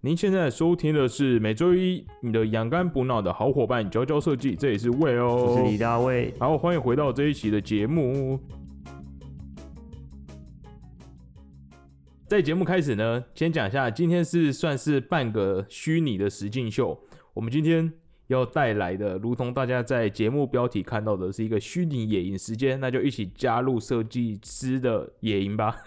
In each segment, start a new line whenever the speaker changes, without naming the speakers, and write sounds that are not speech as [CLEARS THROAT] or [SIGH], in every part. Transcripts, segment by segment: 您现在收听的是每周一你的养肝补脑的好伙伴佼佼设计，这里是魏
我
哦
是，李大卫。
好，欢迎回到这一期的节目。在节目开始呢，先讲一下，今天是算是半个虚拟的实境秀。我们今天要带来的，如同大家在节目标题看到的，是一个虚拟野营时间，那就一起加入设计师的野营吧。 [LAUGHS]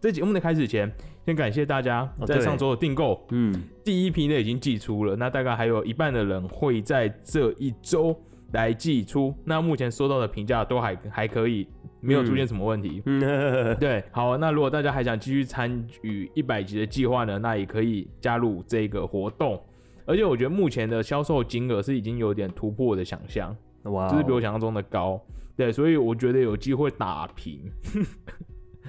在节目的开始前，先感谢大家
哦
在
对
上周的订购。
嗯，
第一批呢已经寄出了，那大概还有一半的人会在这一周来寄出。那目前收到的评价都还还可以，没有出现什么问题。
嗯呵呵呵
对，好，那如果大家还想继续参与一百集的计划呢，那也可以加入这个活动。而且我觉得目前的销售金额是已经有点突破我的想象，
哇哦，
就是比我想象中的高。对，所以我觉得有机会打平，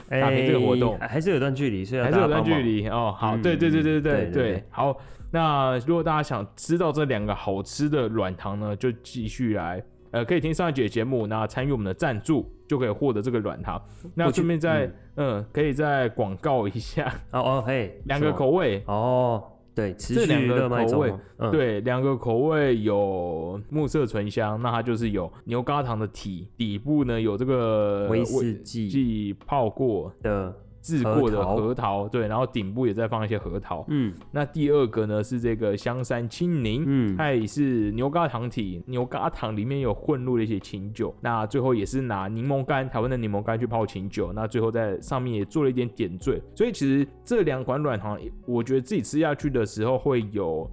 哎
打平这个活动
还是有段距离，所以要
还是有
啊大家
段
帮忙
距。离哦。好，
嗯
对对对对对
对对
对
对，
好。那如果大家想知道这两个好吃的软糖呢，就继续来，呃，可以听上一节节目，那参与我们的赞助就可以获得这个软糖。那
我去
顺便再，嗯可以再广告一下
哦哦嘿，
两
什
个
么
口味。
哦，对，持
这
续
两个
热卖
口
中
味
哦。嗯，
对，两个口味有暮色醇香，那它就是有牛轧糖的体，底部呢有这个
威士忌
忌泡过、
的，
制过的
核桃
核桃，对，然后顶部也再放一些核桃。
嗯
那第二个呢是这个香山青柠，
嗯，
它也是牛轧糖体，牛轧糖里面有混入了一些清酒，那最后也是拿柠檬干，台湾的柠檬干去泡清酒，那最后在上面也做了一点点缀，所以其实这两款软糖，我觉得自己吃下去的时候会有，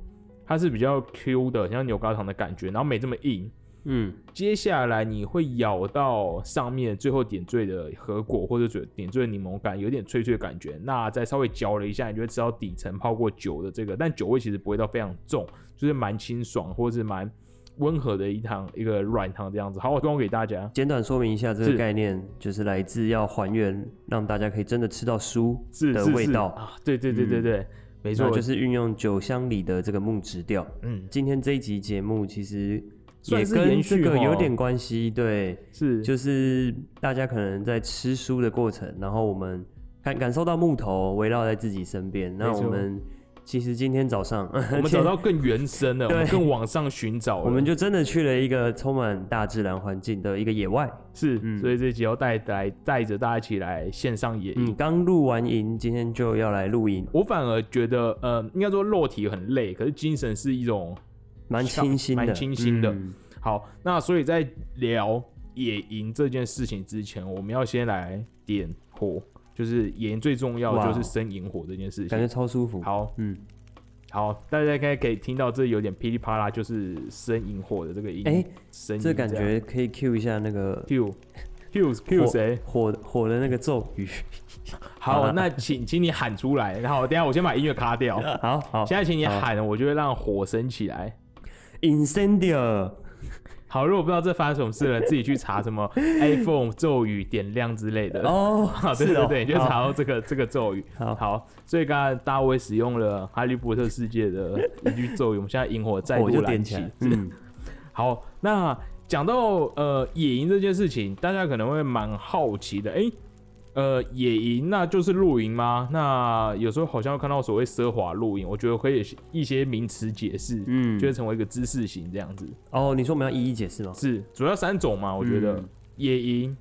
它是比较 Q 的，像牛轧糖的感觉，然后没这么硬。
嗯
接下来你会咬到上面最后点缀的核果或者嘴点缀的柠檬感，有点脆脆的感觉。那再稍微嚼了一下，你就会吃到底层泡过酒的这个，但酒味其实不会到非常重，就是蛮清爽或是蛮温和的一糖一个软糖这样子。好，我推广给大家。
简短说明一下这
是
个概念，就是来自要还原，让大家可以真的吃到书
是
的
是
味
是
道
啊，对对对对对，没
没
错，
就是运用酒香里的这个木质调。
嗯，
今天这一集节目其实
算
也
是
跟
延
这
续
个
哦
有点关系，对，
是
就是大家可能在吃书的过程，然后我们感感受到木头围绕在自己身边。那
没错
我们其实今天早上，
我
我
们找到更原生的，我们
对
更往上寻找了，
[LAUGHS] 我们就真的去了一个充满大自然环境的一个野外。
是，
嗯
所以这集要带来带着大家一起来线上野营。
嗯，刚录完营，今天就要来露营，
我反而觉得，呃，应该说肉体很累，可是精神是一种
蛮清新的，
蛮清新的
嗯
好。那所以在聊野营这件事情之前，我们要先来点火，就是野营最重要的
哇
就是生引火这件事
感觉
情。
超舒服。
好
嗯，
好，大家应该可以听到这有点噼里啪啦，就是生引火的这个音，
哎
声音
这感
样
觉可以 Q 一下那
[LAUGHS]
个
Q Q Q
[LAUGHS]
谁？
火火的那个咒语。
[LAUGHS] 好，那请请你喊出来。然后等一下我先把音乐卡掉，
[LAUGHS] 好好
现在请你
好
喊，我就会让火升起来。
，Incendio，
好，如果不知道这发生什么
[LAUGHS]
事了，自己去查什么 iPhone 咒语点亮之类的。，
哦
[LAUGHS] 对
是
对
哦
对，你就
好
查到这
[LAUGHS]
个这个咒语。
好
所以刚才大卫使用了《哈利波特》世界的一句咒语，我们现在萤火再
火
度
就
燃
点起
起
来。。嗯，
好，那讲到呃野营这件事情，大家可能会蛮好奇的，诶，呃，野营那就是露营吗？那有时候好像会看到所谓奢华露营，我觉得可以一些名词解释，
嗯
就会成为一个知识型这样子。
哦，你说我们要一一解释吗？
是主要三种嘛，我觉得、
嗯
野营，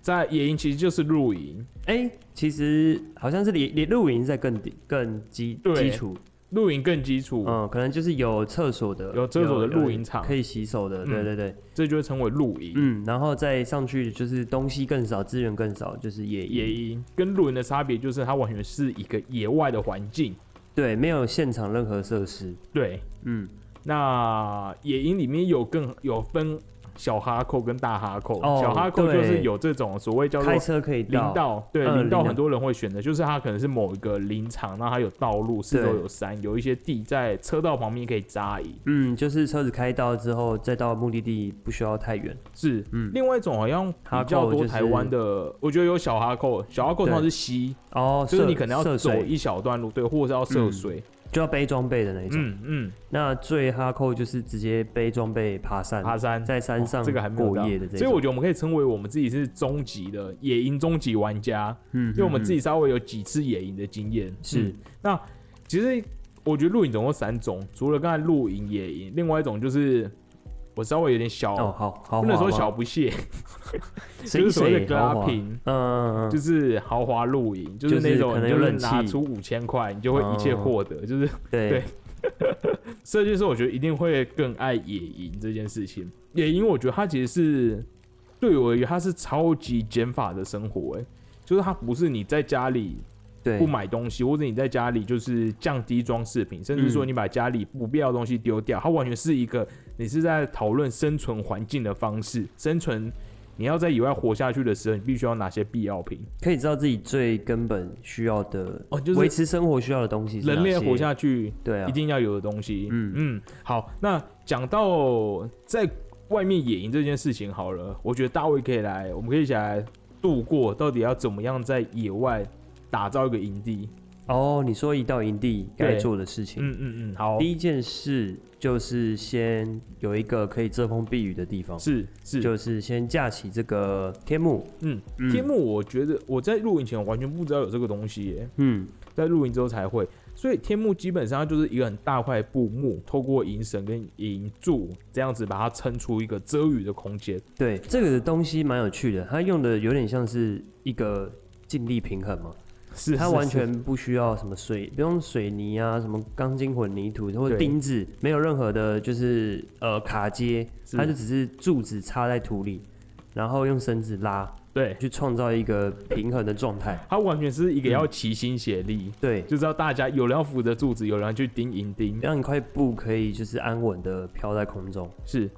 在野营其实就是露营，
哎、其实好像是连连露营在更底更基
对
基础，
露营更基础，
嗯，可能就是有厕所的，
有厕所的
有
露营场
可以洗手的，对
嗯
对对，
这就会称为露营。
嗯，然后再上去就是东西更少，资源更少，就是野
野
营，
营跟露营的差别就是它完全是一个野外的环境。
对，没有现场任何设施，
对，
嗯，
那野营里面有更有分小哈扣跟大哈扣，
哦
小哈扣就是
对
有这种所谓叫做
开车可以
林
到，
道，对，
嗯
林道
林道
很多人会选择，就是它可能是某一个林场，那它有道路，四周
对
有山，有一些地在车道旁边可以扎营。
嗯，就是车子开到之后，再到目的地不需要太远，
是，
嗯
另外一种好像比较多台湾的，我觉得有小哈扣，小哈扣通常是溪，
哦，
就是
涉
你可能要
涉
走
水嗯
一小段路，对，或者是要涉水。
就要背装备的那一种。
嗯嗯，
那最哈扣就是直接背装备爬山，
爬山
在山上
哦这个还没有
过
到
夜的这
所以我觉
种。
得我们可以称为我们自己是终极的野营终极玩家，
嗯
因为我们自
己
己稍微有几次野营的经验。
是
嗯那其实我觉得露营总共三种，除了刚才露营、野营，另外一种就是我稍微有点小，
哦，好好，
不能说
好
小，不屑，
就
就是所谓的 glamping，
嗯，
就是是豪华露营，就是
就是
那种
可能
你就
有
是
冷
拿
气
出五千块，你就会一切
哦
获得，就是对
对，
设计师，我觉得一定会更爱野营这件事情。野营，我觉得它其实是对我而言，它是超级减法的生活、欸，就是它不是你在家里
对，
不买东西，或者你在家里就是降低装饰品，甚至说
嗯
你把家里不必要的东西丢掉，它完全是一个你是在讨论生存环境的方式，生存。你要在野外活下去的时候，你必须要哪些必要品？
可以知道自己最根本需要的
哦就是
维持生活需要的东西是哪些，
人类活下去
对啊，
一定要有的东西。
嗯
嗯，好，那讲到在外面野营这件事情好了，我觉得大卫可以来，我们可以一起来度过，到底要怎么样在野外打造一个营地？
哦，你说一到营地
对
该做的事情，
嗯嗯嗯，好，
第一件事就是先有一个可以遮风避雨的地方，
是是，
就是先架起这个天幕，
嗯，
嗯
天，幕，我觉得我在露营前完全不知道有这个东西耶，
嗯，
在露营之后才会。所以天幕基本上它就是一个很大块布幕，透过营绳跟营柱这样子把它撑出一个遮雨的空间。
对，这个东西蛮有趣的，它用的有点像是一个尽力平衡嘛，
是，
它
是
完
是
全不需要什么水，不用水泥啊，什么钢筋混凝土或
对
者钉子，没有任何的，就是呃卡接，
是
它就只是柱子插在土里，然后用绳子拉，
对，
去创造一个平衡的状态。
它完全是一个要齐心协力，
对，
就知道大家有人要扶着柱子，有人要去钉银钉，
让一块布可以就是安稳的飘在空中。
是。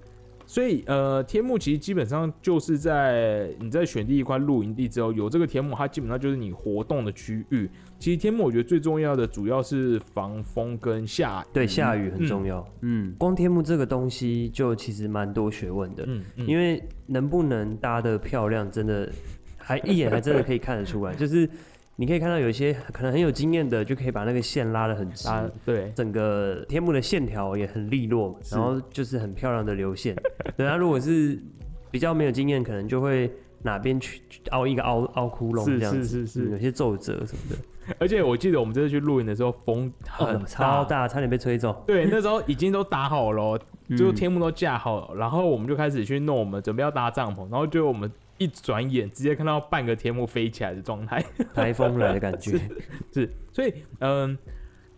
所以，呃，天幕其实基本上就是在你在选定一块露营地之后，有这个天幕，它基本上就是你活动的区域。其实天幕我觉得最重要的主要是防风跟下雨。
对，下雨很
嗯
重要。嗯，光天幕这个东西就其实蛮多学问的，
嗯嗯，
因为能不能搭的漂亮，真的还一眼还真的可以看得出
[LAUGHS]
来，就是你可以看到有一些可能很有经验的，就可以把那个线拉得很直，
啊，对，
整个天幕的线条也很利落，
是
然后就是很漂亮的流线。 [LAUGHS] 对，那如果是比较没有经验，可能就会哪边去去凹一个凹凹窟窿
是
这样子，
是是
嗯有
是。
些皱褶什么的，
而且我记得我们这次去露营的时候，风很
哦超。大，差点被吹
[LAUGHS]
走。
对，那时候已经都打好了哦，就
嗯
天幕都架好了，然后我们就开始去弄我们准备要搭帐篷，然后就我们一转眼直接看到半个天幕飞起来的状态，
台风来的
[LAUGHS]
感觉，
是，所以嗯。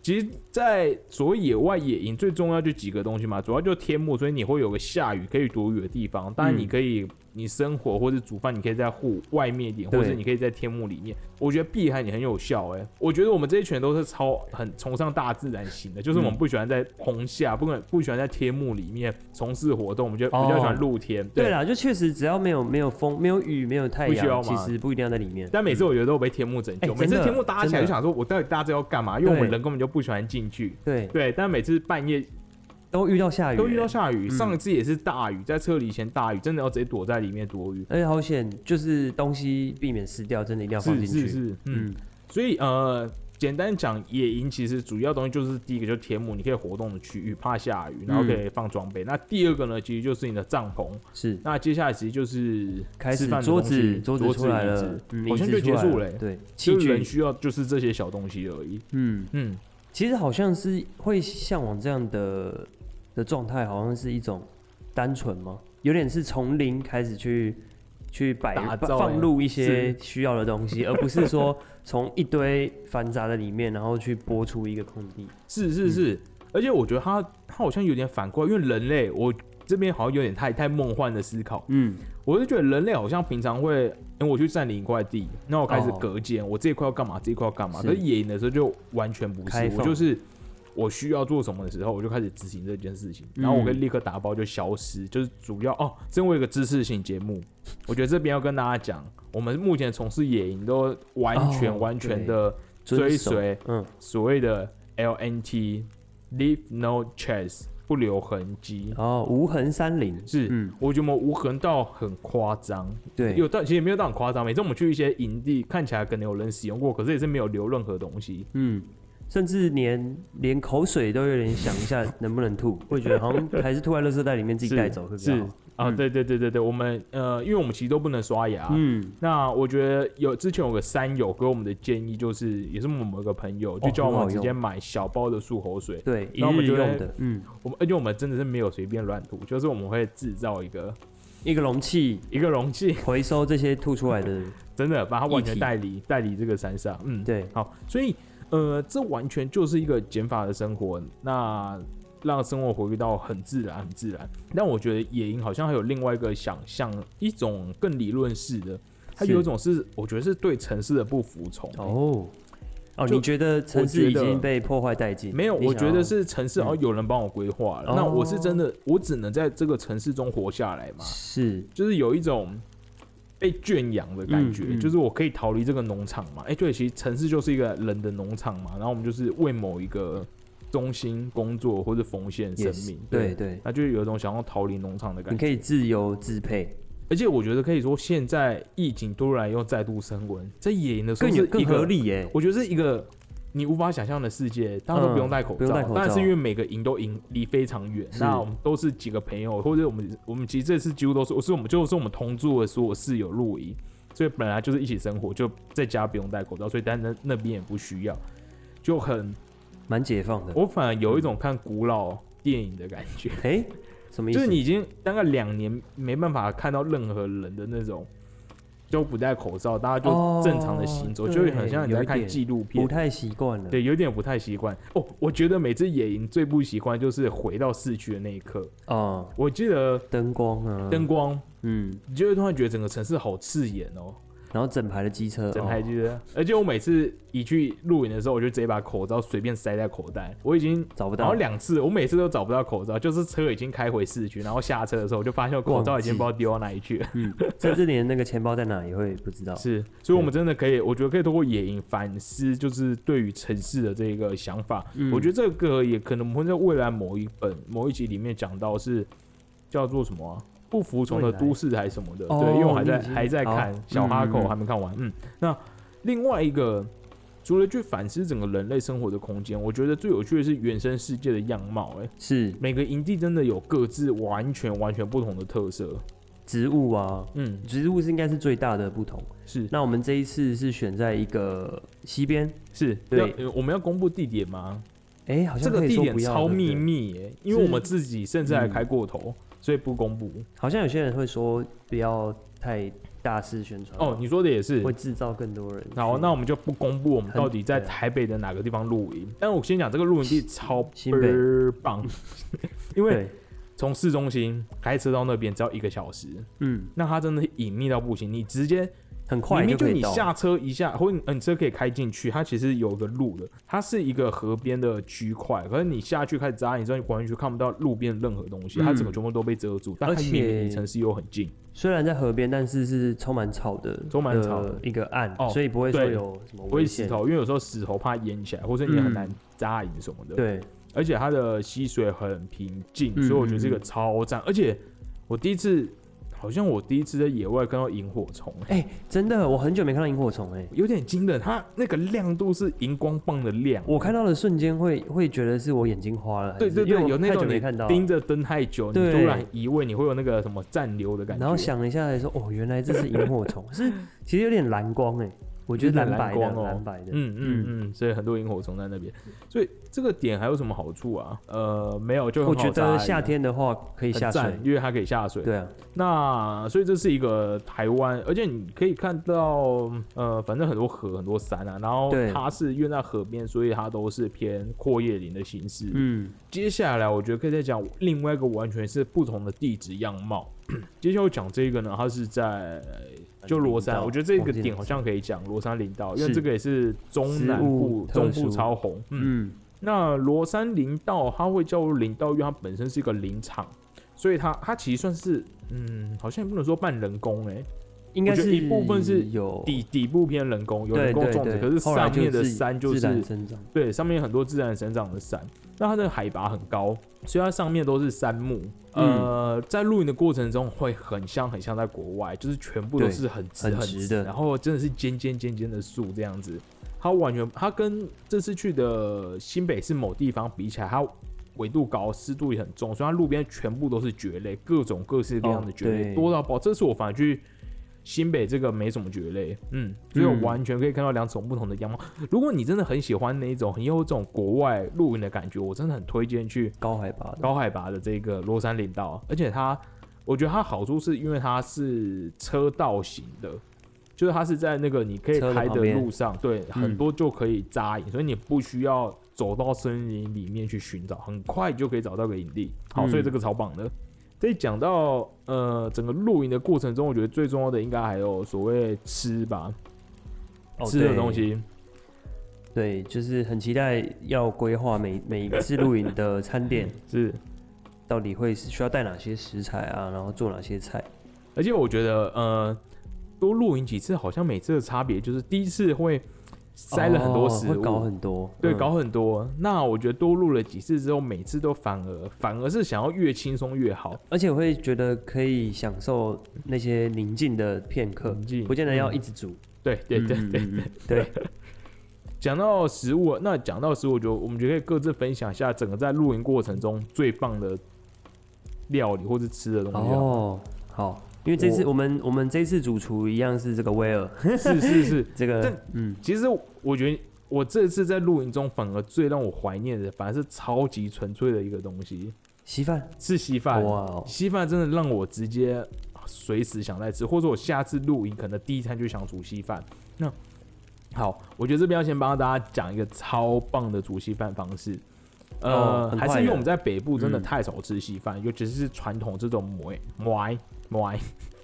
其实，在所谓野外野营，最重要就几个东西嘛，主要就天幕，所以你会有个下雨可以躲雨的地方。当然，你
嗯
可以、你生火或者煮饭，你可以在户外面一点，或者
对
你可以在天幕里面。我觉得避寒也很有效哎、我觉得我们这一群人都是超很崇尚大自然型的，就是我们
嗯
不喜欢在棚下，不管不喜欢在天幕里面从事活动，我们就比较喜欢
哦
露天。
对啦，就确实只要没有没有风、没有雨、没有太
不需要
阳，其
嘛
实不一定要在里面。
但每次我觉得都有被天幕拯救，
哎
每次
真的
天幕搭起来就
真的
想说，我到底搭这要干嘛？因为我们
对
人根本就不喜欢进去。
对，
对，但每次半夜
都遇到下雨、
都遇到
欸，
下雨，
嗯
上一次也是大雨，在撤离前大雨，真的要直接躲在里面躲雨。
欸而且好险，就是东西避免湿掉，真的一定要放
是
进
是
去。
是，嗯，
嗯，
所以呃，简单讲，野营其实主要东西就是第一个就是天幕，你可以活动的区域，怕下雨，然后可以放装
嗯
备。那第二个呢，其实就是你的帐篷。
是
那接下来其实就是
开
吃
始
饭的
桌
东西
子
桌
子出来
椅
了
子，
嗯
好像
椅
就
子
结
出来
束
了
了欸
对，器
就是人
具，
需要就是这些小东西而已。
嗯，
嗯，
其实好像是会向往这样的的状态，好像是一种单纯吗？有点是从零开始去去摆
打造欸
放入一些
是
需要的东西，而不
[LAUGHS]
是说从一堆繁杂的里面，然后去拨出一个空地。
是是是，
嗯
而且我觉得它它好像有点反过来，因为人类我这边好像有点太太梦幻的思考。
嗯，
我是觉得人类好像平常会，因为我去占领一块地，那我开始
哦
隔间，我这一块要干嘛，这一块要干嘛。
是
可是野营的时候就完全不
开
是，我
放
就是我需要做什么的时候，我就开始执行这件事情，
嗯
然后我可以立刻打包就消失。就是主要哦，身为一个知识型节目，我觉得这边要跟大家讲，我们目前从事野营都完全、
哦
完全
对
的
遵
追
守
随
嗯，
所谓的 LNT，Leave No Trace，不留痕迹。
然后无痕山林，
是，
嗯，
我觉得我们无痕到很夸张，
对，
有到其实也没有到很夸张。每次我们去一些营地，看起来可能有人使用过，可是也是没有留任何东西。
嗯，甚至连连口水都有点想一下能不能吐，
[LAUGHS]
会觉得好像还是吐在垃圾袋里面自己带走会比较
是
好。
啊，
嗯
对对对对对，我们呃，因为我们其实都不能刷牙，
嗯，
那我觉得有之前有个山友给我们的建议，就是也是我们有个朋友，就叫我
哦很好
们直
用
接买小包的漱口水。
对，一
那我们
日
就
用
会
的，嗯，
我们而且我们真的是没有随便乱涂，就是我们会制造一个
一个容器
一个容器， [LAUGHS]
回收这些吐出来的，
真的把它完全
一体
带离带离这个山上。嗯，
对，
好，所以呃，这完全就是一个减法的生活，那让生活回归到很自然、很自然。但我觉得野营好像还有另外一个想象，一种更理论式的，它
是
有一种是我觉得是对城市的不服从。
哦，哦，
就
你觉得城
我觉
市已
得
经被破坏殆尽？
没有，
你
我
想
觉得
要
是城市，
嗯
哦，有人帮我规划了。
哦
那我是真的，我只能在这个城市中活下来嘛，
是
就是有一种被圈养的感觉，
嗯嗯
就是我可以逃离这个农场嘛。哎、对，其实城市就是一个人的农场嘛，然后我们就是为某一个中心工作或者奉献生
也是
命，
对，对，
那就有一种想要逃离农场的感
你
觉。
可以自由支配，
而且我觉得可以说，现在疫情突然又再度升温，在野营的时候
更
是
有
一个
更合理耶。
我觉得是一个你无法想象的世界，大家都不用戴口罩，
嗯不用戴口罩
但是因为每个营都营离非常远，
是
那我们都是几个朋友，或者我们我们其实这次几乎都是，是我们就是我们同住的所有室友露营，所以本来就是一起生活，就在家不用戴口罩，所以但那那边也不需要，就
嗯
很
蛮解放的。
我反而有一种看古老电影的感觉，
哎、什么意
就
思？
是你已经大概两年没办法看到任何人的那种。都不戴口罩，大家就
哦
正常的行走，就会很
对
像你
有
在
一
看
点
纪录片
不。太习惯了。，
对，有点不太习惯哦。我觉得每次野营最不习惯就是回到市区的那一刻。
哦、
我记得
灯光啊，
灯，光，
嗯，
你就会突然觉得整个城市好刺眼哦，
然后整排的机车，
整排
哦
记得。而且我每次一去露营的时候，我就直接把口罩随便塞在口袋。我已经
找不
然后
到，
两次，我每次都找不到口罩，就是车已经开回市区，然后下车的时候我就发现我口罩已经不知道丢到哪里去了。
嗯，甚至连那个钱包在哪也会不知
[LAUGHS]
道。
是，所以我们真的可以，我觉得可以通过野营反思，就是对于城市的这个想法。
嗯
我觉得这个也可能我们会在未来某一本某一集里面讲到，是叫做什么啊、不服从的
未来
都市还是什么的？
哦
对，因为我还在
你已经
还在
好
看小哈
嗯
口
嗯嗯
还没看完。嗯，那另外一个。除了去反思整个人类生活的空间，我觉得最有趣的是原生世界的样貌、欸。
是
每个营地真的有各自完全完全不同的特色。
植物啊，
嗯，
植物是应该是最大的不同。
是
那我们这一次是选在一个西边，
是。
对
要呃我们要公布地点吗？
哎、好
这
像
个
可以
地
说
点
不要
超
对不
秘
对
密耶、因为
是嗯
我们自己甚至还开过头，所以不公布。
好像有些人会说不要太大肆宣传
哦，，你说的也是
会。制造更多人去。
好，那我们就不公布我们
很
到底在
对
台北的哪个地方露营。但我先讲这个露营地超倍
新北
儿棒， [LAUGHS] 因为
对，
从市中心开车到那边只要一个小时，
嗯，
那它真的是隐秘到不行。你直接
很
明
快
明
可以
你
到。
下车一下，或者你、呃、你车可以开进去，它其实有个路的，它是一个河边的区块。可是你下去开始扎营之后，你完全看不到路边任何东西，它整个
嗯
全部都被遮住。但
而
它明明
且
离城市又很近，
虽然在河边，但是是充满草的，
充满草的
的一个岸，
哦
所以不会说
对
有什么
不会
危
石
险。
头，因为有时候石头怕淹起来，或者你很
嗯
难扎营什么的。，
对，
而且它的溪水很平静，
嗯
所以我觉得这个超赞。而且我第一次，好像我第一次在野外看到萤火虫、欸
哎、真的，我很久没看到萤火虫哎、
有点惊人，它那个亮度是荧光棒的亮。
我看到的瞬间会会觉得是我眼睛花了，还
对
是
对
因为
对，
我
有那
太
种
久没
你
看到了
盯着灯太久，你
对
突然移位，你会有那个什么暂留的感觉。
然后想了一下，说哦，原来这是萤火虫，是其实有点蓝光哎、我觉得
有点
蓝白的，
蓝光哦
蓝白的，
嗯嗯嗯，所以很多萤火虫在那边，所以这个点还有什么好处啊？呃，没有，就很
我
好
觉
扎而
得
已
夏天的话可以
很
下水
赞，因为它可以下水。
对啊，
那所以这是一个台湾，而且你可以看到，呃，反正很多河、很多山啊，然后
对
它是因为在河边，所以它都是偏阔叶林的形式。
嗯，
接下来我觉得可以再讲另外一个完全是不同的地质样貌。接下来我讲这个呢，它是在呃就罗
嗯
山，我觉得这个点好像可以讲罗山林道，因为
是
这个也是中
植
南部
物
中
特
部
殊
超红。嗯，
嗯，
那罗山林道它会叫做林道，因为它本身是一个林场，所以它它其实算是嗯，好像也不能说半人工哎、
应该
我觉
是
得一部分是
有
底底部偏人工，有人
哦对
工
对
种植，
对，
可是
后来
上面的
自
山就
自然
是
生长，
对上面有很多自然生长的山，那它的海拔很高，所以它上面都是杉木。
嗯
呃，在露营的过程中会很像很像在国外，就是全部都
对
是很直
很
很
直的
然后真的是尖尖尖尖的树这样子。它完全它跟这次去的新北市某地方比起来，它纬度高，湿度也很重，所以它路边全部都是蕨类，各种各式各样的蕨类、
哦对
多到爆。这次我反而去。新北这个没什么蕨类，嗯，所以我
嗯
完全可以看到两种不同的样貌。如果你真的很喜欢那一种很有这种国外露营的感觉，我真的很推荐去
高海拔的，
高海拔的这个罗山林道，而且它，我觉得它好处是因为它是车道型的，就是它是在那个你可以
车的
开
旁
的
边嗯
路上，对，很多就可以扎营，所以你不需要走到森林里面去寻找，很快就可以找到个营地。好，
嗯
所以这个超棒的。所以讲到呃整个露营的过程中，我觉得最重要的应该还有所谓吃吧，
哦
吃的东，西。
对对，就是很期待要规划每每一次露营的餐
[LAUGHS]
点
是，
到底会是需要带哪些食材啊，然后做哪些菜，
而且我觉得，呃，多露营几次，好像每次的差别就是第一次会塞了很多
哦
食
会
物，
搞很多，
对，
嗯
搞很多。那我觉得多录了几次之后，每次都反而反而是想要越轻松越好，
而且我会觉得可以享受那些宁静的片刻，
宁静
呃不见得要一
嗯
直煮。
对对对对
对
[LAUGHS]
对，
讲到食物，那讲到食物，我觉得我们就可以各自分享一下整个在露营过程中最棒的料理或是吃的东西啊。
哦，好，因为这次我们我们这次主厨一样是这
[LAUGHS]
个威尔，
是是是，
这个
但
嗯，
其实我觉得我这次在露营中反而最让我怀念的，反而是超级纯粹的一个东西，
稀饭，
是稀
哇
饭。
哦，
稀饭真的让我直接随时想再吃，或者我下次露营可能第一餐就想煮稀饭。那好，我觉得这边要先帮大家讲一个超棒的煮稀饭方式。呃，
哦很
还
快
是
的
因为我们在北部真的
嗯
太少吃稀饭，尤其是传统这种馍馍馍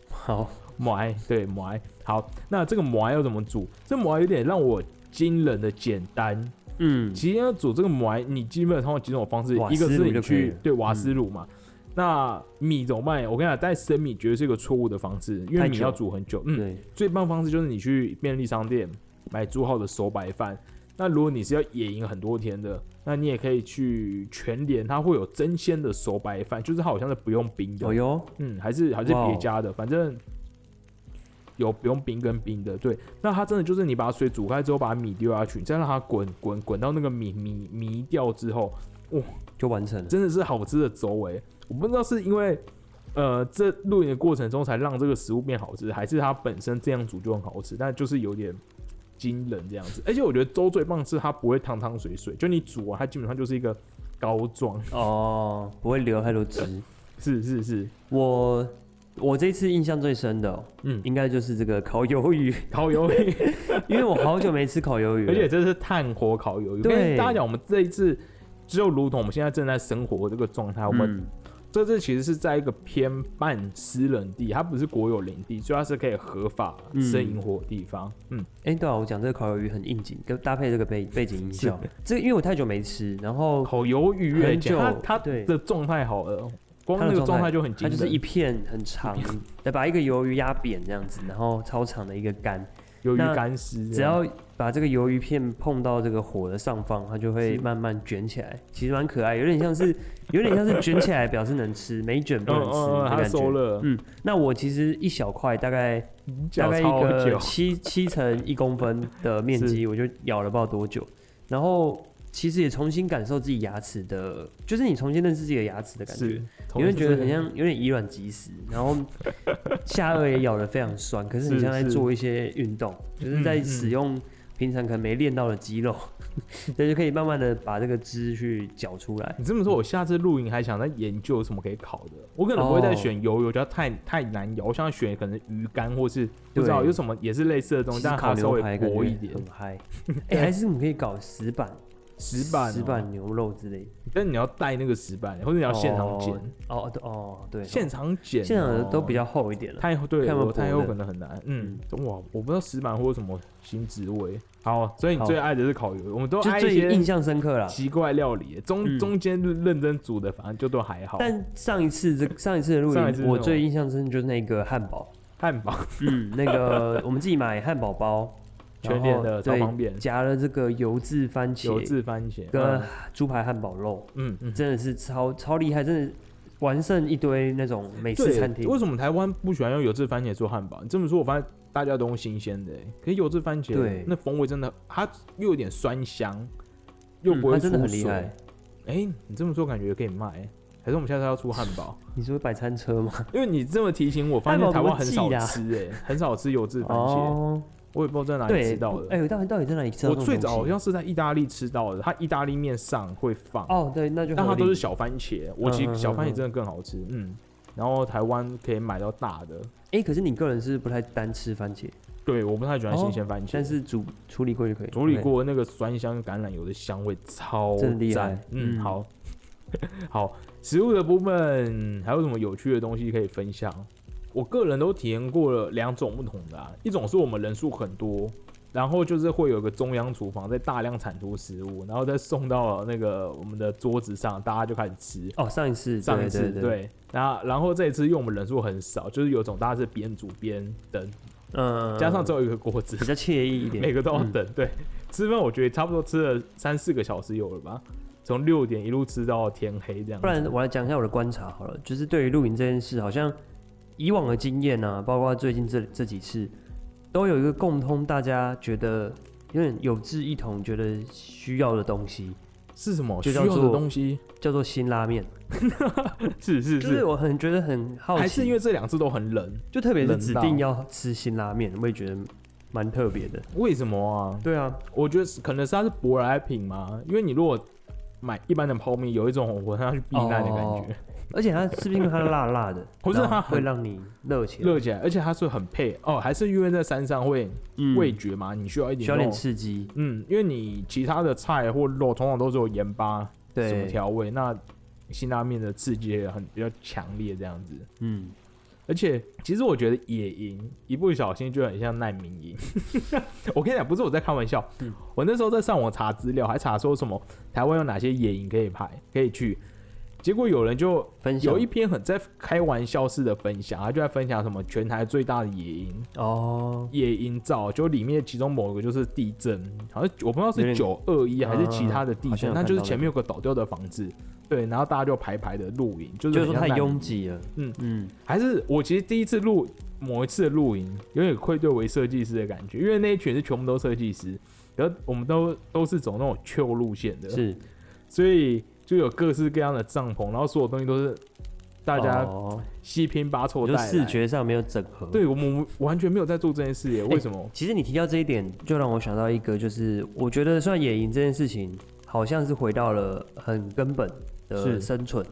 好，
馍，对馍。好，那这个馍要怎么煮？这馍有点让我惊人的简单，
嗯，
其实要煮这个馍，你基本上有几种方式，
瓦
一个
斯
是
炉
你
就可以
去
了嗯
对瓦斯炉嘛。那米怎么办？我跟你讲，带生米绝对是一个错误的方式，因为
太
米
久
要煮很久。嗯，
对，
最棒方式就是你去便利商店买煮好的手白饭。那如果你是要野营很多天的，那你也可以去全联，它会有真鲜的手白饭，就是它好像是不用冰的
哦。哟，
嗯，还是还是
哇哦
别家的，反正有不用冰跟冰的。对，那它真的就是你把水煮开之后，把米丢下去，再让它滚滚滚到那个米米迷掉之后，
就完成了，
真的是好吃的粥诶、我不知道是因为呃这露营的过程中才让这个食物变好吃，还是它本身这样煮就很好吃，但就是有点。惊人这样子，而且我觉得粥最棒的是它不会汤汤水水，就你煮完它基本上就是一个膏状，
哦，不会留太多汁。
是是是，
我我这次印象最深的哦、
嗯，
应该就是这个烤鱿鱼， [LAUGHS]
烤鱿鱼
因为我好久没吃烤鱿鱼了，
而且这是炭火烤鱿鱼。
对
跟大家讲，我们这一次就如同我们现在正在生活的这个状态，我们
嗯
这次其实是在一个偏半私人地，它不是国有林地，所以它是可以合法
嗯
生营火的地方。嗯，
哎、对啊，我讲这个烤鱿鱼很应景，跟搭配这个背背景音效。这个因为我太久没吃，然后
烤鱿鱼
很
哎
久
它它
对
的状态好了，光
它
那
的
个状
状
态
态
就很
它
惊
就是一
人。
片很长，来把一个鱿鱼压扁这样子，然后超长的一个杆，
鱿鱼
那
干丝，
只要把这个鱿鱼片碰到这个火的上方，它就会
是
慢慢卷起来，其实蛮可爱，有点像是有点像是卷起来表示能吃，没卷不
嗯
能
嗯
吃
嗯，
的
它
感
收
觉。
了，
嗯，那我其实一小块，大概大
脚
概一
超
个
久，
七七乘一公分的面积，我就咬了不知道多久。然后其实也重新感受自己牙齿的，就是你重新认识自己的牙齿的感觉
是，，
你会觉得很像有点以卵击石。然后下颚也咬得非常酸，可是你
是
像在
是
做一些运动，就是
嗯
在
嗯
使用平常可能没练到的肌肉， [LAUGHS] 所以就可以慢慢的把这个汁去搅出来。
你这么说，我下次露营还想再研究有什么可以烤的。我可能不会
哦
再选油，油觉得太太难咬，我想选可能鱼干或是不知道
对
有什么也是类似的东
其
西，
实
但
烤
它稍
牛
微
排感
薄
觉
一点
很。
[LAUGHS]
嗨，哎，还是我们可以搞石板、
石板、哦
石，板牛肉之类的。
但你要带那个石板，或者你要现场剪，
哦哦对哦，对，
现
哦
场剪、
现场的都比
较
较厚一点了。
太对，
看有没有
我太
薄
厚
的
可能很难。嗯，哇，我不知道石板或者什么新职位。好，所以你最爱的是烤鱿鱼，我们都
就
爱一
最印
些
象深刻啦。
奇怪料理，中
嗯
中间认真煮的，反正就都还好。
但上一次这上一次的露
上一次是
营，
什么
我最印象深的就是那个汉堡，
汉堡
嗯， [LAUGHS] 那个我们自己买汉堡包，
[LAUGHS] 全脸的超
然后
方便
对，夹了这个油渍番
油
茄
渍番茄，嗯
[SIGHS] 跟猪排汉堡肉，
嗯嗯嗯，
真的是超超厉害，真的完胜一堆那种美式
对
餐厅。
为什么台湾不喜欢用油渍番茄做汉堡？你这么说，我发现大家都用新鲜的、欸，可是油渍番茄
对
那风味真的，它又有点酸香，又
嗯
不会
它真的
出
很厉
水
害。
哎、你这么说感觉可以卖、欸还是我们下次要出汉
[LAUGHS]
堡？
你是会摆餐车吗？
因为你这么提醒我，发
汉
现
堡
台
怎么
湾很少
寄的啊哦
吃、欸，很少吃油渍番茄，，我也不知道在哪里
对，
吃到的。
哎、到底到底在哪里吃到
我
这种
最
东
早
西
好像是在意大利吃到的，它意大利面上会放，
哦，对，那就
但
合
它
理
都是小番茄。我其实
嗯嗯嗯
小番茄
嗯
真的更好吃，嗯。然后台湾可以买到大的，
哎、可是你个人是不太单吃番茄，
对，我不太喜欢
哦
新鲜番茄，
但是煮处理过就可以。
处理
OK，
过那个酸香橄榄油的香味超
真的厉害
赞嗯，
嗯
好， [LAUGHS] 好，食物的部分还有什么有趣的东西可以分享？我个人都体验过了两种不同的、啊，一种是我们人数很多，然后就是会有一个中央厨房在大量产出食物，然后再送到那个我们的桌子上，大家就开始吃。
哦，上一次，
上一次
对对对，
然后然后这一次因为我们人数很少，就是有种大家是边煮边等，
嗯，
加上只有一个锅子
比，较惬意一点，
每个都要
嗯
等。对，吃饭我觉得差不多吃了三四个小时有了吧，从六点一路吃到天黑这样子。
不然我来讲一下我的观察好了，就是对于露营这件事，好像以往的经验呢、啊，包括最近这这几次，都有一个共通，大家觉得有点有志一同，觉得需要的东西
是什么
就
需
叫
要
做
的东西？
叫做辛拉面，
是是
[LAUGHS] 就是
是，
我很觉得很好奇，
还是因为这两次都很冷？
就特别是
冷
指
到
定要吃辛拉面，我也觉得蛮特别的。
为什么啊？
对啊，
我觉得是可能是它是舶来品嘛，因为你如果买一般的泡面，有一种我要去避难的感
哦
觉，
而且它是不是因为它辣辣的，
不是
然后
它
会
很
让你热起来，
热起来，而且它是很配哦，还是因为在山上会
嗯
味觉嘛，你需要一点
需要
那
点
种
刺激，
嗯，因为你其他的菜或肉通常都是有盐巴什么
对，
调味，那辛拉面的刺激也很比较强烈这样子。
嗯，
而且其实我觉得野营一不小心就很像难民
[LAUGHS]
营。我跟你讲，不是我在开玩笑，
嗯
我那时候在上网查资料，还查说什么台湾有哪些野营可以排可以去。结果有人就
分享
有一篇很在开玩笑式的分享，他就在分享什么全台最大的野营
哦，
夜营造，就里面其中某个就是地震，好像我不知道
有
是
点啊
九二一还是其他的地
好像
震，
有
那
看
就是
到
前面有个倒掉的房子，对，然后大家就排排的露营，就是
就
很
是说
像
太
那
拥
种，
挤了，
嗯
嗯，
还是我其实第一次露某一次的露营，有点愧对为设计师的感觉，因为那一群是全部都设计师，然后我们都都是走那种旧路线的，
是
所以就有各式各样的帐篷，然后所有东西都是大家
哦
七拼八凑
我
带
就
来，
视觉上没有整合。，
对我们完全没有在做这件事耶，为什么？
其实你提到这一点，就让我想到一个，就是我觉得算野营这件事情，好像是回到了很根本的
是嗯
生存，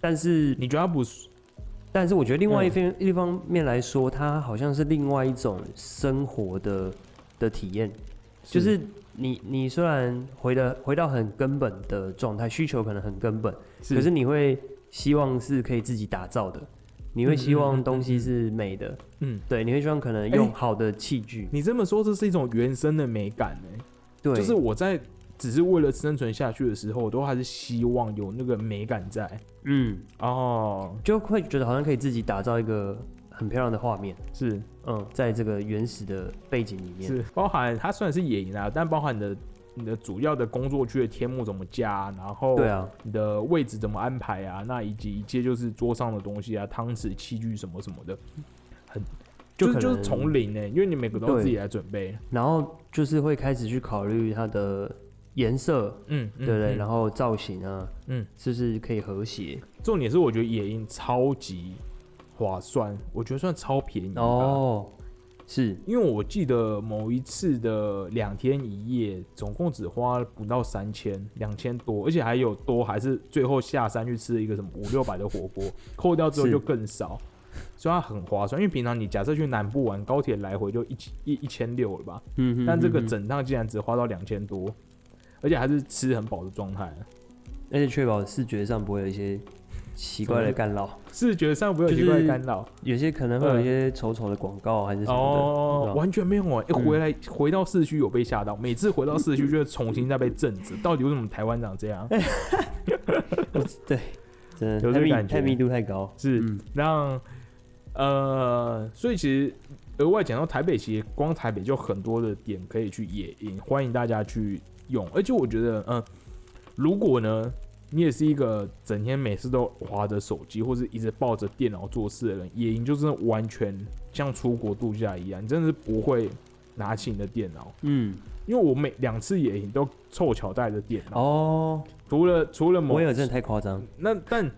但是
你觉得它不是？
但是我觉得
嗯
另外一方、一方面来说，它好像是另外一种生活的的体验，就是你你虽然回的回到很根本的状态，需求可能很根本，
是
可是你会希望是可以自己打造的，你会希望东西是美的，
嗯，
对，你会希望可能
哎
用好的器具，
你这么说，这是一种原生的美感呢、
对，
就是我在只是为了生存下去的时候，我都还是希望有那个美感在。
嗯，
哦，
就会觉得好像可以自己打造一个很漂亮的画面，
是
嗯，在这个原始的背景里面，
是，包含它虽然是野营啊，但包含你的你的主要的工作区的天幕怎么加，然后
对啊，
你的位置怎么安排啊，那以及一切就是桌上的东西啊，汤匙、器具什么什么的，很就
就
是
可
就是
能
从零呢、因为你每个都要
对
自己来准备。
然后就是会开始去考虑它的颜色，
嗯，嗯
对不对？
嗯
然后造型啊，
嗯，
是不是可以和谐？
重点是我觉得野营超级划算，我觉得算超便宜吧
哦，是，
因为我记得某一次的两天一夜，总共只花不到三千，两千多，而且还有多还是最后下山去吃了一个什么五六百的火锅，扣掉之后
是
就更少，所以它很划算。因为平常你假设去南部玩，高铁来回就一千一一千六了吧，
嗯
但这个，整趟竟然只花到两千多，而且还是吃很饱的状态，
而且确保视觉上不会有一些奇怪
嗯
的干扰，
视觉上不会有奇怪的干扰。
有些可能会有一些丑丑的广告还是什么
嗯哦
的，，
完全没有哎、一
嗯
回来、回到市区有被吓到，每次回到市区就会重新再被震着，
嗯
到底为什么台湾长这样？
哎真
有这
的太
个
密
感觉
太密度太高，
是
嗯
让呃，所以其实额外讲到台北，其实光台北就很多的点呃可以去野营，欢迎大家去用。而且我觉得，嗯、如果呢你也是一个整天每次都划着手机或是一直抱着电脑做事的人，野营就真的完全像出国度假一样，你真的是不会拿起你的电脑。
嗯，
因为我每两次野营都凑巧带着电脑，
哦，
除了除了某
我有真的太夸张，
那但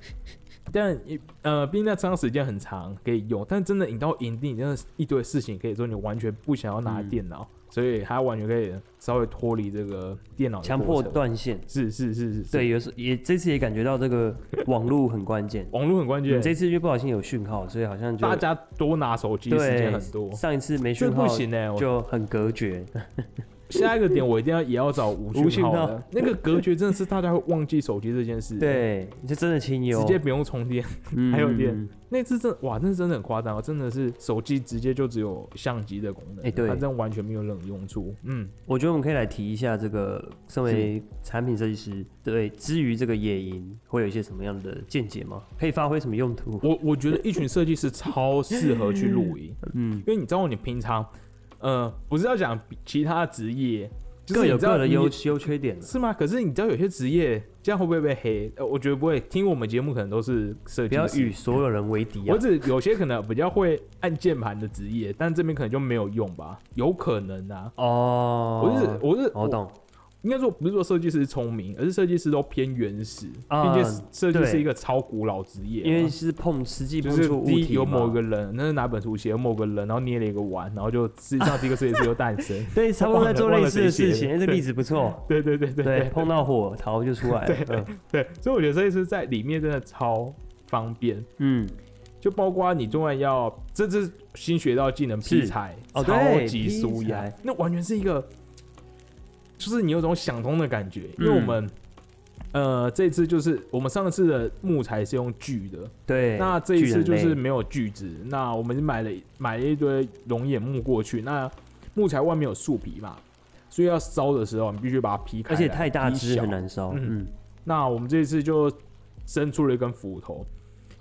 但一呃，毕竟那张时间很长，可以用。但真的你到营地，你真的是一堆事情可以做，你完全不想要拿
嗯
电脑，所以它完全可以稍微脱离这个电脑的
强迫
过程。
断线。
是是是是，是
对，，有时也这次也感觉到这个网络很
[LAUGHS]
关键。
网络很关键
你。这次就不小心有讯号，所以好像就
大家多拿手机的时间很多，
上一次没
这
讯号
不行呢、我
就很
[LAUGHS]
隔绝。
下一个点我一定要也要找无
无
讯
讯
号
号
的，那个隔绝真的是大家会忘记手机这件事。，
对，这真的清幽，
直接不用充电。
嗯
还有电。那次真哇，那真的很夸张哦，真的是手机直接就只有相机的功能，
哎对
它真的完全没有任何用处。嗯，
我觉得我们可以来提一下这个，身为产品设计师，对，至于这个野营会有一些什么样的见解吗？可以发挥什么用途？
我我觉得一群设计师超适合去露营，
嗯，
因为你知道你平常，呃，不是要讲其他职业，就是
各
你
有
知道
各的
你
优优缺点了。啊
是吗？可是你知道有些职业这样会不会被黑？呃，我觉得不会。听我们节目可能都是设
不
计
要
师
与，所有人为敌
我
啊！
只有些可能比较会按键盘的职业，但这边可能就没有用吧？有可能啊。
哦，
我是我是
我懂，
应该说不是说设计师聪明，而是设计师都偏原始，
啊
并且设计是
对
一个超古老职业嘛，
因为是碰实际
就
碰
是
触物
第一
体
有某
嘛
个人，那是哪本书写有某个人，然后捏了一个碗，然后就世界上第一个设计师就诞生。 [LAUGHS]
对，差不多在做类似的事情。
忘了忘了谁写的
哎这个例子不错，
对对对对
对，
对
碰到火桃就出来了。嗯
对，所以我觉得设计师在里面真的超方便，
嗯，
就包括你中然要这这新学到技能
是
劈柴，
哦
超
对
级
劈
舒压
柴，
那完全是一个，就是你有种想通的感觉，因为我
嗯
们。呃，这次就是我们上次的木材是用锯的，
对。
那这一次就
巨人
是
类
没有锯子，那我们是买了买了一堆龙眼木过去，那木材外面有树皮嘛，所以要烧的时候你必须把它劈开
而
来，
且太大
劈
只
小
很难烧。
嗯
嗯，
那我们这次就伸出了一根斧头，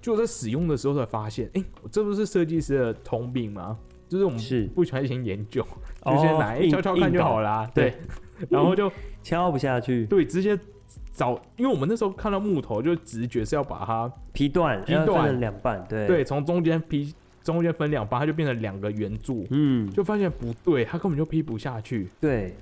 就在使用的时候才发现，哎、这不是设计师的通病吗？就是我们
是
不小心研究，嗯就先拿，
哦
哎，敲敲看就好。啦。对， [LAUGHS] 然后就
硬硬搞敲不下去，
对直接找，因为我们那时候看到木头，就直觉是要把它
劈断，
劈
要分
断
成两半。对，
对从中间劈，中间分两半，它就变成两个圆柱，
嗯，
就发现不对，它根本就劈不下去。
对。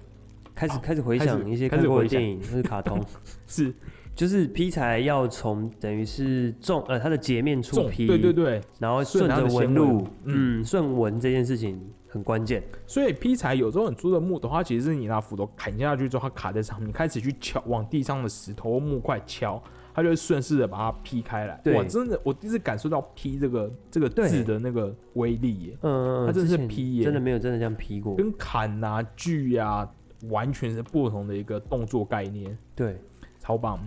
开始
哦
开始回
开始
想一些
开
看
始
过
回
的
想
电影或者卡通， [LAUGHS]
是
就是劈柴要从等于是纵呃它的截面处
重，
劈，
对对对，
然后
顺
顺
它
着
的纤维
纹路，
嗯
嗯，顺纹这件事情很关键。
所以劈柴有时候很粗的木头，它其实是你拿斧头砍下去之后，它卡在上面，你开始去敲往地上的石头或木块敲，它就会顺势的把它劈开来。
对
哇，真的，我第一次感受到“劈”这个这个字
对
的那个威力耶，
嗯，
它真的
之
是
前
劈耶
真的没有真的这样劈过。
跟砍啊、锯啊，完全是不同的一个动作概念，
对，
超棒。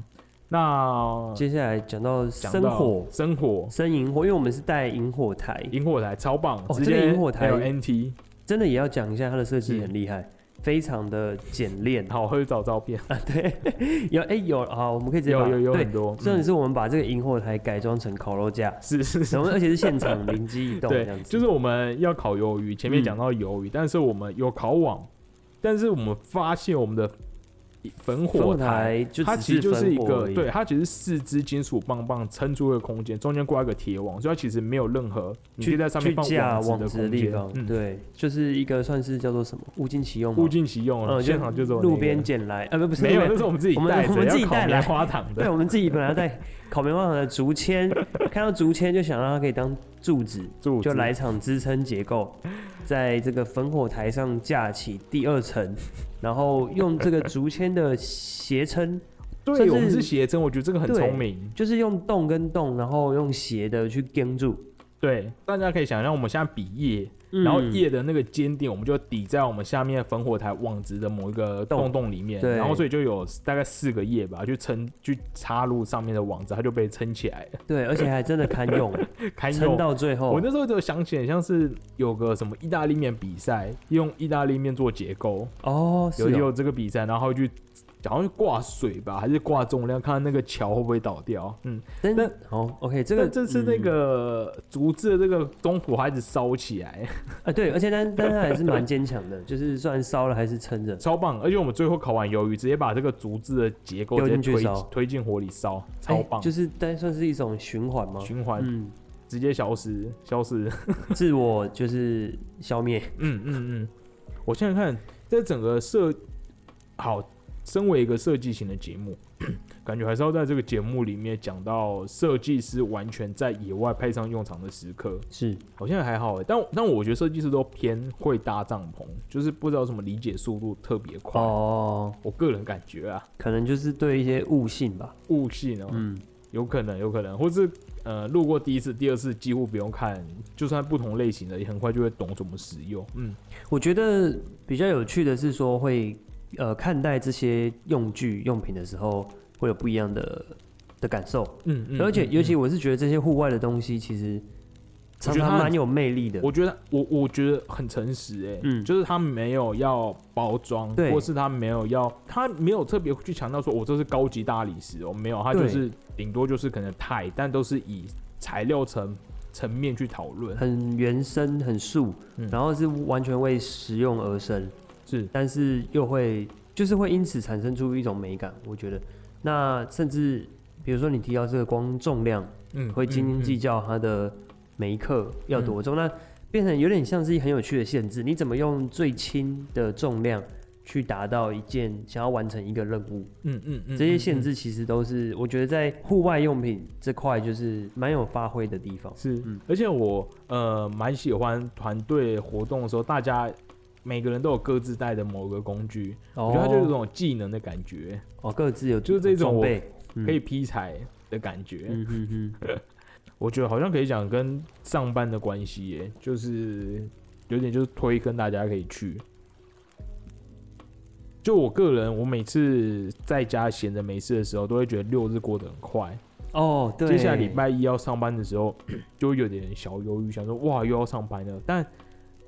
那
接下来讲到
讲
生
到
火、
生火，
生萤火，因为我们是带萤火台，
萤火台超棒，
哦
直
这
接
个萤火台
LNT，
真的也要讲一下它的设计
嗯
很厉害，非常的简练。
好，我会找照片， [LAUGHS]
啊，对，有哎、有好，我们可以直接
有
把
有有
对
很，多，
真的
嗯
是我们把这个萤火台改装成烤肉架，
是是是
我。们而且是现场灵机一动这样
[LAUGHS] 对，
子，
就是我们要烤鱿鱼，前面
嗯
讲到鱿鱼，但是我们有烤网，但是我们发现我们的焚火
火
台，
台就
它
只
其实就是
是
一
烽火
个
而，已
对，它其实是四支金属棒棒撑出一个空间，中间挂一个铁网，所以它其实没有任何你可以
去
在上面
去
放
架
网
网
子
子的
空
地
间
方，，
嗯，
对，就是一个算是叫做什么物尽其用嘛，
物尽其用啊，
嗯
现场就走 [LAUGHS]
路边捡来，呃，不不是
没有，
路
那
边
是我们自己
我们
带着，
我们自己
要烤
带
棉
来
花糖
[LAUGHS] 对，
的，
我们自己本来在烤棉花糖的竹签， [LAUGHS] 看到竹签就想让它可以当柱子，
柱
[LAUGHS] 就
子
来场支撑结构，在这个烽火台上架起第二层，然后用这个竹签的斜撑，甚
对，
至
我们是斜针，我觉得这个很
对
聪明，
就是用洞跟洞，然后用斜的去跟住，
对，大家可以想象我们现在比耶，
嗯
然后叶的那个尖顶，我们就抵在我们下面烽火台网子的某一个洞洞里面，
对
然后所以就有大概四个叶吧，就撑去插入上面的网子，它就被撑起来了， [LAUGHS]
对，而且还真的堪用，
堪
撑
用。
到最后
我，那时候就想起，很像是有个什么意大利面比赛，用意大利面做结构，
哦，是
有
哦
有这个比赛，然后去好像是挂水吧，还是挂重量，看看那个桥会不会倒掉。嗯，
但
但
哦，OK，
这
这个
个
嗯
这次那个竹制的这个东浦还一直烧起来，
啊，对，而且但但他还是蛮坚强的，就是虽然烧了还是撑着。
超棒！而且我们最后烤完鱿鱼，直接把这个竹制的结构
丢
直
进
接
去
推
烧
推进火里烧， [LAUGHS] 超
哎
棒！
就是但算是一种循环吗？
循环、
嗯，
直接消失，消
[LAUGHS]
失。
自我就是消灭。
嗯嗯嗯，我现在看这整个设好，身为一个设计型的节目， [COUGHS] 感觉还是要在这个节目里面讲到设计师完全在野外派上用场的时刻。
是，
好像还好哎，但但我觉得设计师都偏会搭帐篷，就是不知道什么理解速度特别快。
哦，
我个人感觉啊，
可能就是对一些悟性吧。
悟性哦，
嗯，
有可能，有可能，或是呃，路过第一次、第二次几乎不用看，就算不同类型的，也很快就会懂怎么使用。嗯，
我觉得比较有趣的是说会呃看待这些用具用品的时候会有不一样的的感受，
嗯嗯
而且
嗯
尤其
嗯
我是觉得这些户外的东西其实
我觉
常
得它
常
很
蛮有魅力的。
我觉得我我觉得很诚实哎、
嗯
就是他没有要包装，
对
或是他没有要，他没有特别去强调说哦我这是高级大理石哦，没有，他就
对
是顶多就是可能钛，但都是以材料层层面去讨论。
很原生、很素，
嗯
然后是完全为实用而生，
是
但是又会就是会因此产生出一种美感，我觉得。那甚至比如说你提到这个光重量，
嗯，
会斤斤计
嗯
较它的每一克要多重，那变成有点像是很有趣的限制，你怎么用最轻的重量？去达到一件想要完成一个任务，
嗯嗯嗯，
这些
嗯
限
嗯
制其实都是我觉得在户外用品这块就是蛮有发挥的地方。
是，
嗯
而且我呃蛮喜欢团队活动的时候，大家每个人都有各自带的某个工具，
哦
我觉得它就是一种技能的感觉，
哦，各自有
就是这种
装
我
备，嗯
可以劈柴的感觉。
嗯哼哼，
我觉得好像可以讲跟上班的关系耶，就是有点就是推跟大家可以去。就我个人，我每次在家闲着没事的时候，都会觉得六日过得很快。
哦，对，
接下来礼拜一要上班的时候， [CLEARS THROAT] 就会有点小忧郁，想说哇又要上班了。但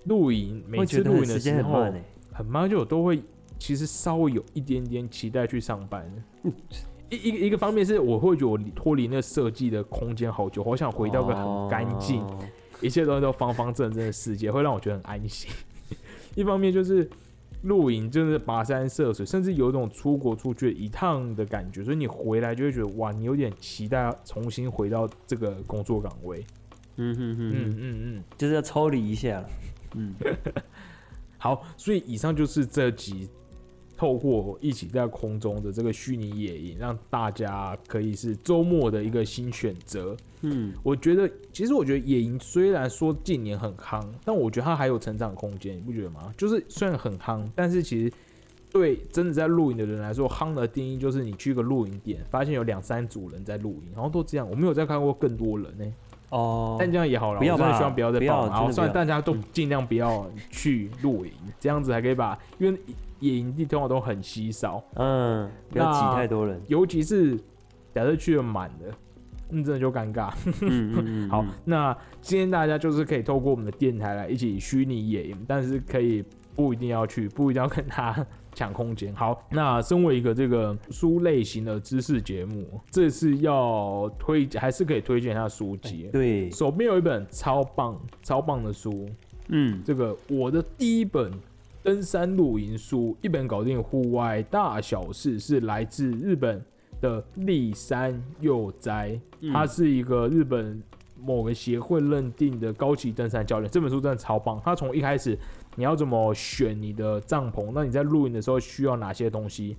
露营每
会觉
次
得
露营的
时
时
间很
候
慢哎，
很慢，就我都会其实稍微有一点点期待去上班。
嗯
一一个一个方面是我会觉得我脱离那个设计的空间好久，好想回到一个很干净、
哦
一切东西都方方正正的世界，会让我觉得很安心。 [LAUGHS] 一方面就是露营，就是跋山涉水，甚至有一种出国出去一趟的感觉，所以你回来就会觉得哇，你有点期待重新回到这个工作岗位。
嗯哼哼
嗯
哼，
嗯嗯，
就是要抽离一下，嗯，
好，所以以上就是这集。透过一起在空中的这个虚拟野营，让大家可以是周末的一个新选择。
嗯，
我觉得，其实我觉得野营虽然说近年很夯，但我觉得它还有成长空间，你不觉得吗？就是虽然很夯，但是其实对真的在露营的人来说，夯的定义就是你去一个露营点，发现有两三组人在露营，然后都这样，我没有再看过更多人呢、
哦，
[LAUGHS] 但这样也好了，
不要
我真的
吧
希望不要再
不要
爆嘛，然
真
后
的
算了
不
大家都尽量不要去露营，这样子还可以把，因为野营地通常都很稀少，
嗯，不要挤
那
太多人，
尤其是假设去了满的，那真的就尴尬。
嗯嗯嗯，
好
嗯，
那今天大家就是可以透过我们的电台来一起虚拟野营，但是可以不一定要去，不一定要跟他 [LAUGHS] 抢空间。好，那身为一个这个书类型的知识节目，这次要推还是可以推荐一下书籍。
对，
手边有一本超棒、超棒的书，
嗯，
这个我的第一本登山露营书，一本搞定户外大小事，是来自日本的立山佑哉。
嗯
他是一个日本某个协会认定的高级登山教练。这本书真的超棒，他从一开始你要怎么选你的帐篷，那你在露营的时候需要哪些东西，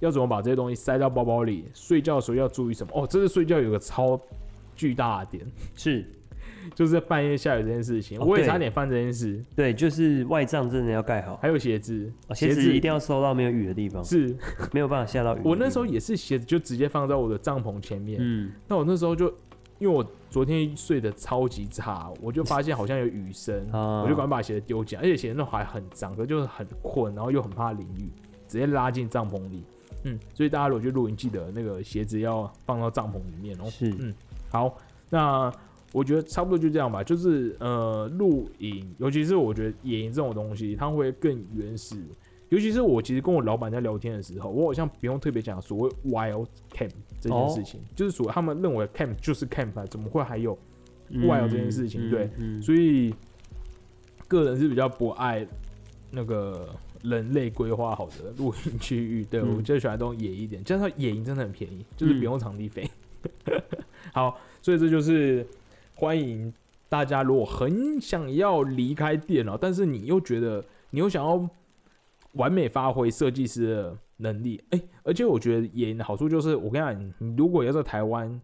要怎么把这些东西塞到包包里，睡觉的时候要注意什么。哦，这是睡觉有个超巨大的点， [LAUGHS]
是
就是在半夜下雨这件事情，
哦
我也
对
差点犯这件事。
对，就是外帐真的要盖好，
还有鞋子，
哦鞋子一定要嗯收到没有雨的地方，
是
没有办法下到雨的地方。
我那时候也是鞋子就直接放在我的帐篷前面，
嗯，
那我那时候就因为我昨天睡得超级差，我就发现好像有雨声，
啊
我就赶快把鞋子丢起来，而且鞋子那还很脏，可就是很困，然后又很怕淋雨，直接拉进帐篷里。嗯，所以大家如果去露营，记得那个鞋子要放到帐篷里面哦。
是
嗯好，那我觉得差不多就这样吧。就是呃，露营，尤其是我觉得野营这种东西，它会更原始。尤其是我其实跟我老板在聊天的时候，我好像不用特别讲所谓 wild camp 这件事情，就是所谓他们认为 camp 就是 camp，啊怎么会还有嗯外哦有这件事情对，
嗯
所以个人是比较不爱那个人类规划好的露营区域，对、
嗯
我就喜欢这种野一点，加上野营真的很便宜，就是不用场地费。 [LAUGHS] 好，所以这就是欢迎大家，如果很想要离开电脑，但是你又觉得你又想要完美发挥设计师的能力，哎、而且我觉得野营的好处就是，我跟你讲，你如果要在台湾，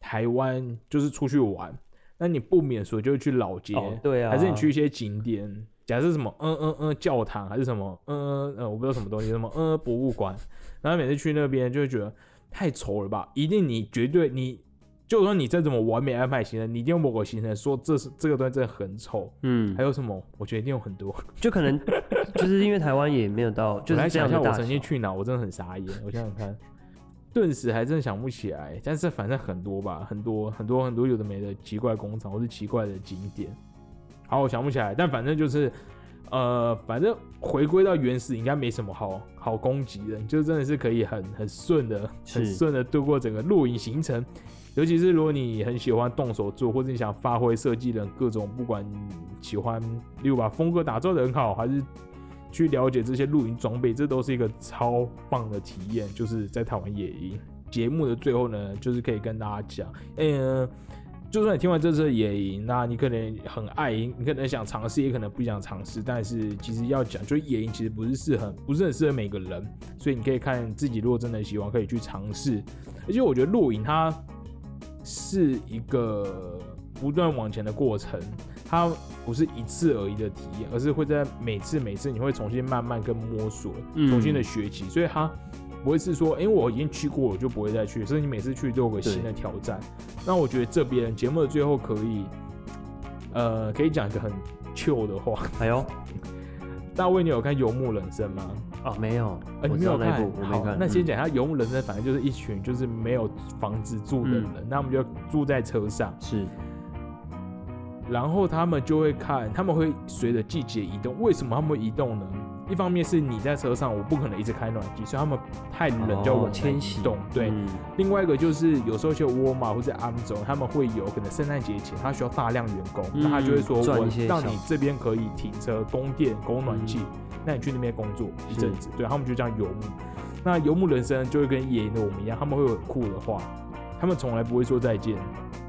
台湾就是出去玩，那你不免说就会去老街，
哦，对啊，
还是你去一些景点，假设什么嗯嗯嗯教堂，还是什么嗯嗯嗯，我不知道什么东西，什么嗯嗯博物馆，然后每次去那边就会觉得太丑了吧？一定你绝对你，就算你再怎么完美安排行程，你一定用某个行程说这是这个东西真的很丑。
嗯
还，有什么？我觉得一定有很多。
就可能就是因为台湾也没有到，就
我来
是这
想
样
一下，
的
我
大小
曾经去哪，我真的很傻眼。我想想
[LAUGHS]
看，顿时还真想不起来。但是反正很多吧，很多很多很多有的没的奇怪工厂或是奇怪的景点。好，我想不起来，但反正就是，呃，反正回归到原始应该没什么好好攻击的，就真的是可以很很顺的、
是
很顺的度过整个露营行程。尤其是如果你很喜欢动手做，或者你想发挥设计的各种，不管你喜欢，例如把风格打造的很好，还是去了解这些露营装备，这都是一个超棒的体验，就是在台湾野营。节目的最后呢，就是可以跟大家讲，嗯、就算你听完这次的野营，那你可能很爱营，你可能想尝试，也可能不想尝试，但是其实要讲，就野营其实不是适合，不是很适合每个人，所以你可以看自己，如果真的喜欢，可以去尝试。而且我觉得露营它是一个不断往前的过程，它不是一次而已的体验，而是会在每次每次你会重新慢慢跟摸索，
嗯
重新的学习，所以它不会是说，因为我已经去过，我就不会再去，所以你每次去都有个新的挑战。那我觉得这边节目的最后可以，呃，可以讲一个很 chill 的话，
哎呦
大卫，你有看《游牧人生》吗？
啊没有，
呃，
我
你
知
没有
道那
看
一，部我没
好
看，
那先
嗯
讲一下《游牧人生》，反正就是一群就是没有房子住的人，
嗯
那我们就住在车上，
是
然后他们就会看，他们会随着季节移动。为什么他们会移动呢？一方面是你在车上，我不可能一直开暖气，所以他们太冷就要
哦
往前
迁
移
徙
动。对，
嗯
另外一个就是有时候去沃尔玛或者 Amazon，他们会有可能圣诞节前他需要大量员工，
嗯
那他就会说
赚
我
一些
让
小
你这边可以停车、供电、供暖气，
嗯
那你去那边工作一
是
阵子。对，他们就这样游牧。那游牧人生就会跟野营的我们一样，他们会有很酷的话，他们从来不会说再见，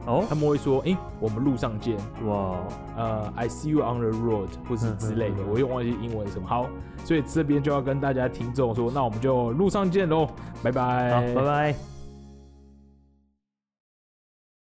哦
他们会说：“诶，我们路上见。”
哇
呃，I see you on the road，或是之类的
嗯嗯，嗯
我又忘记英文什么。好，所以这边就要跟大家听众说，那我们就路上见喽，拜拜，
好拜拜。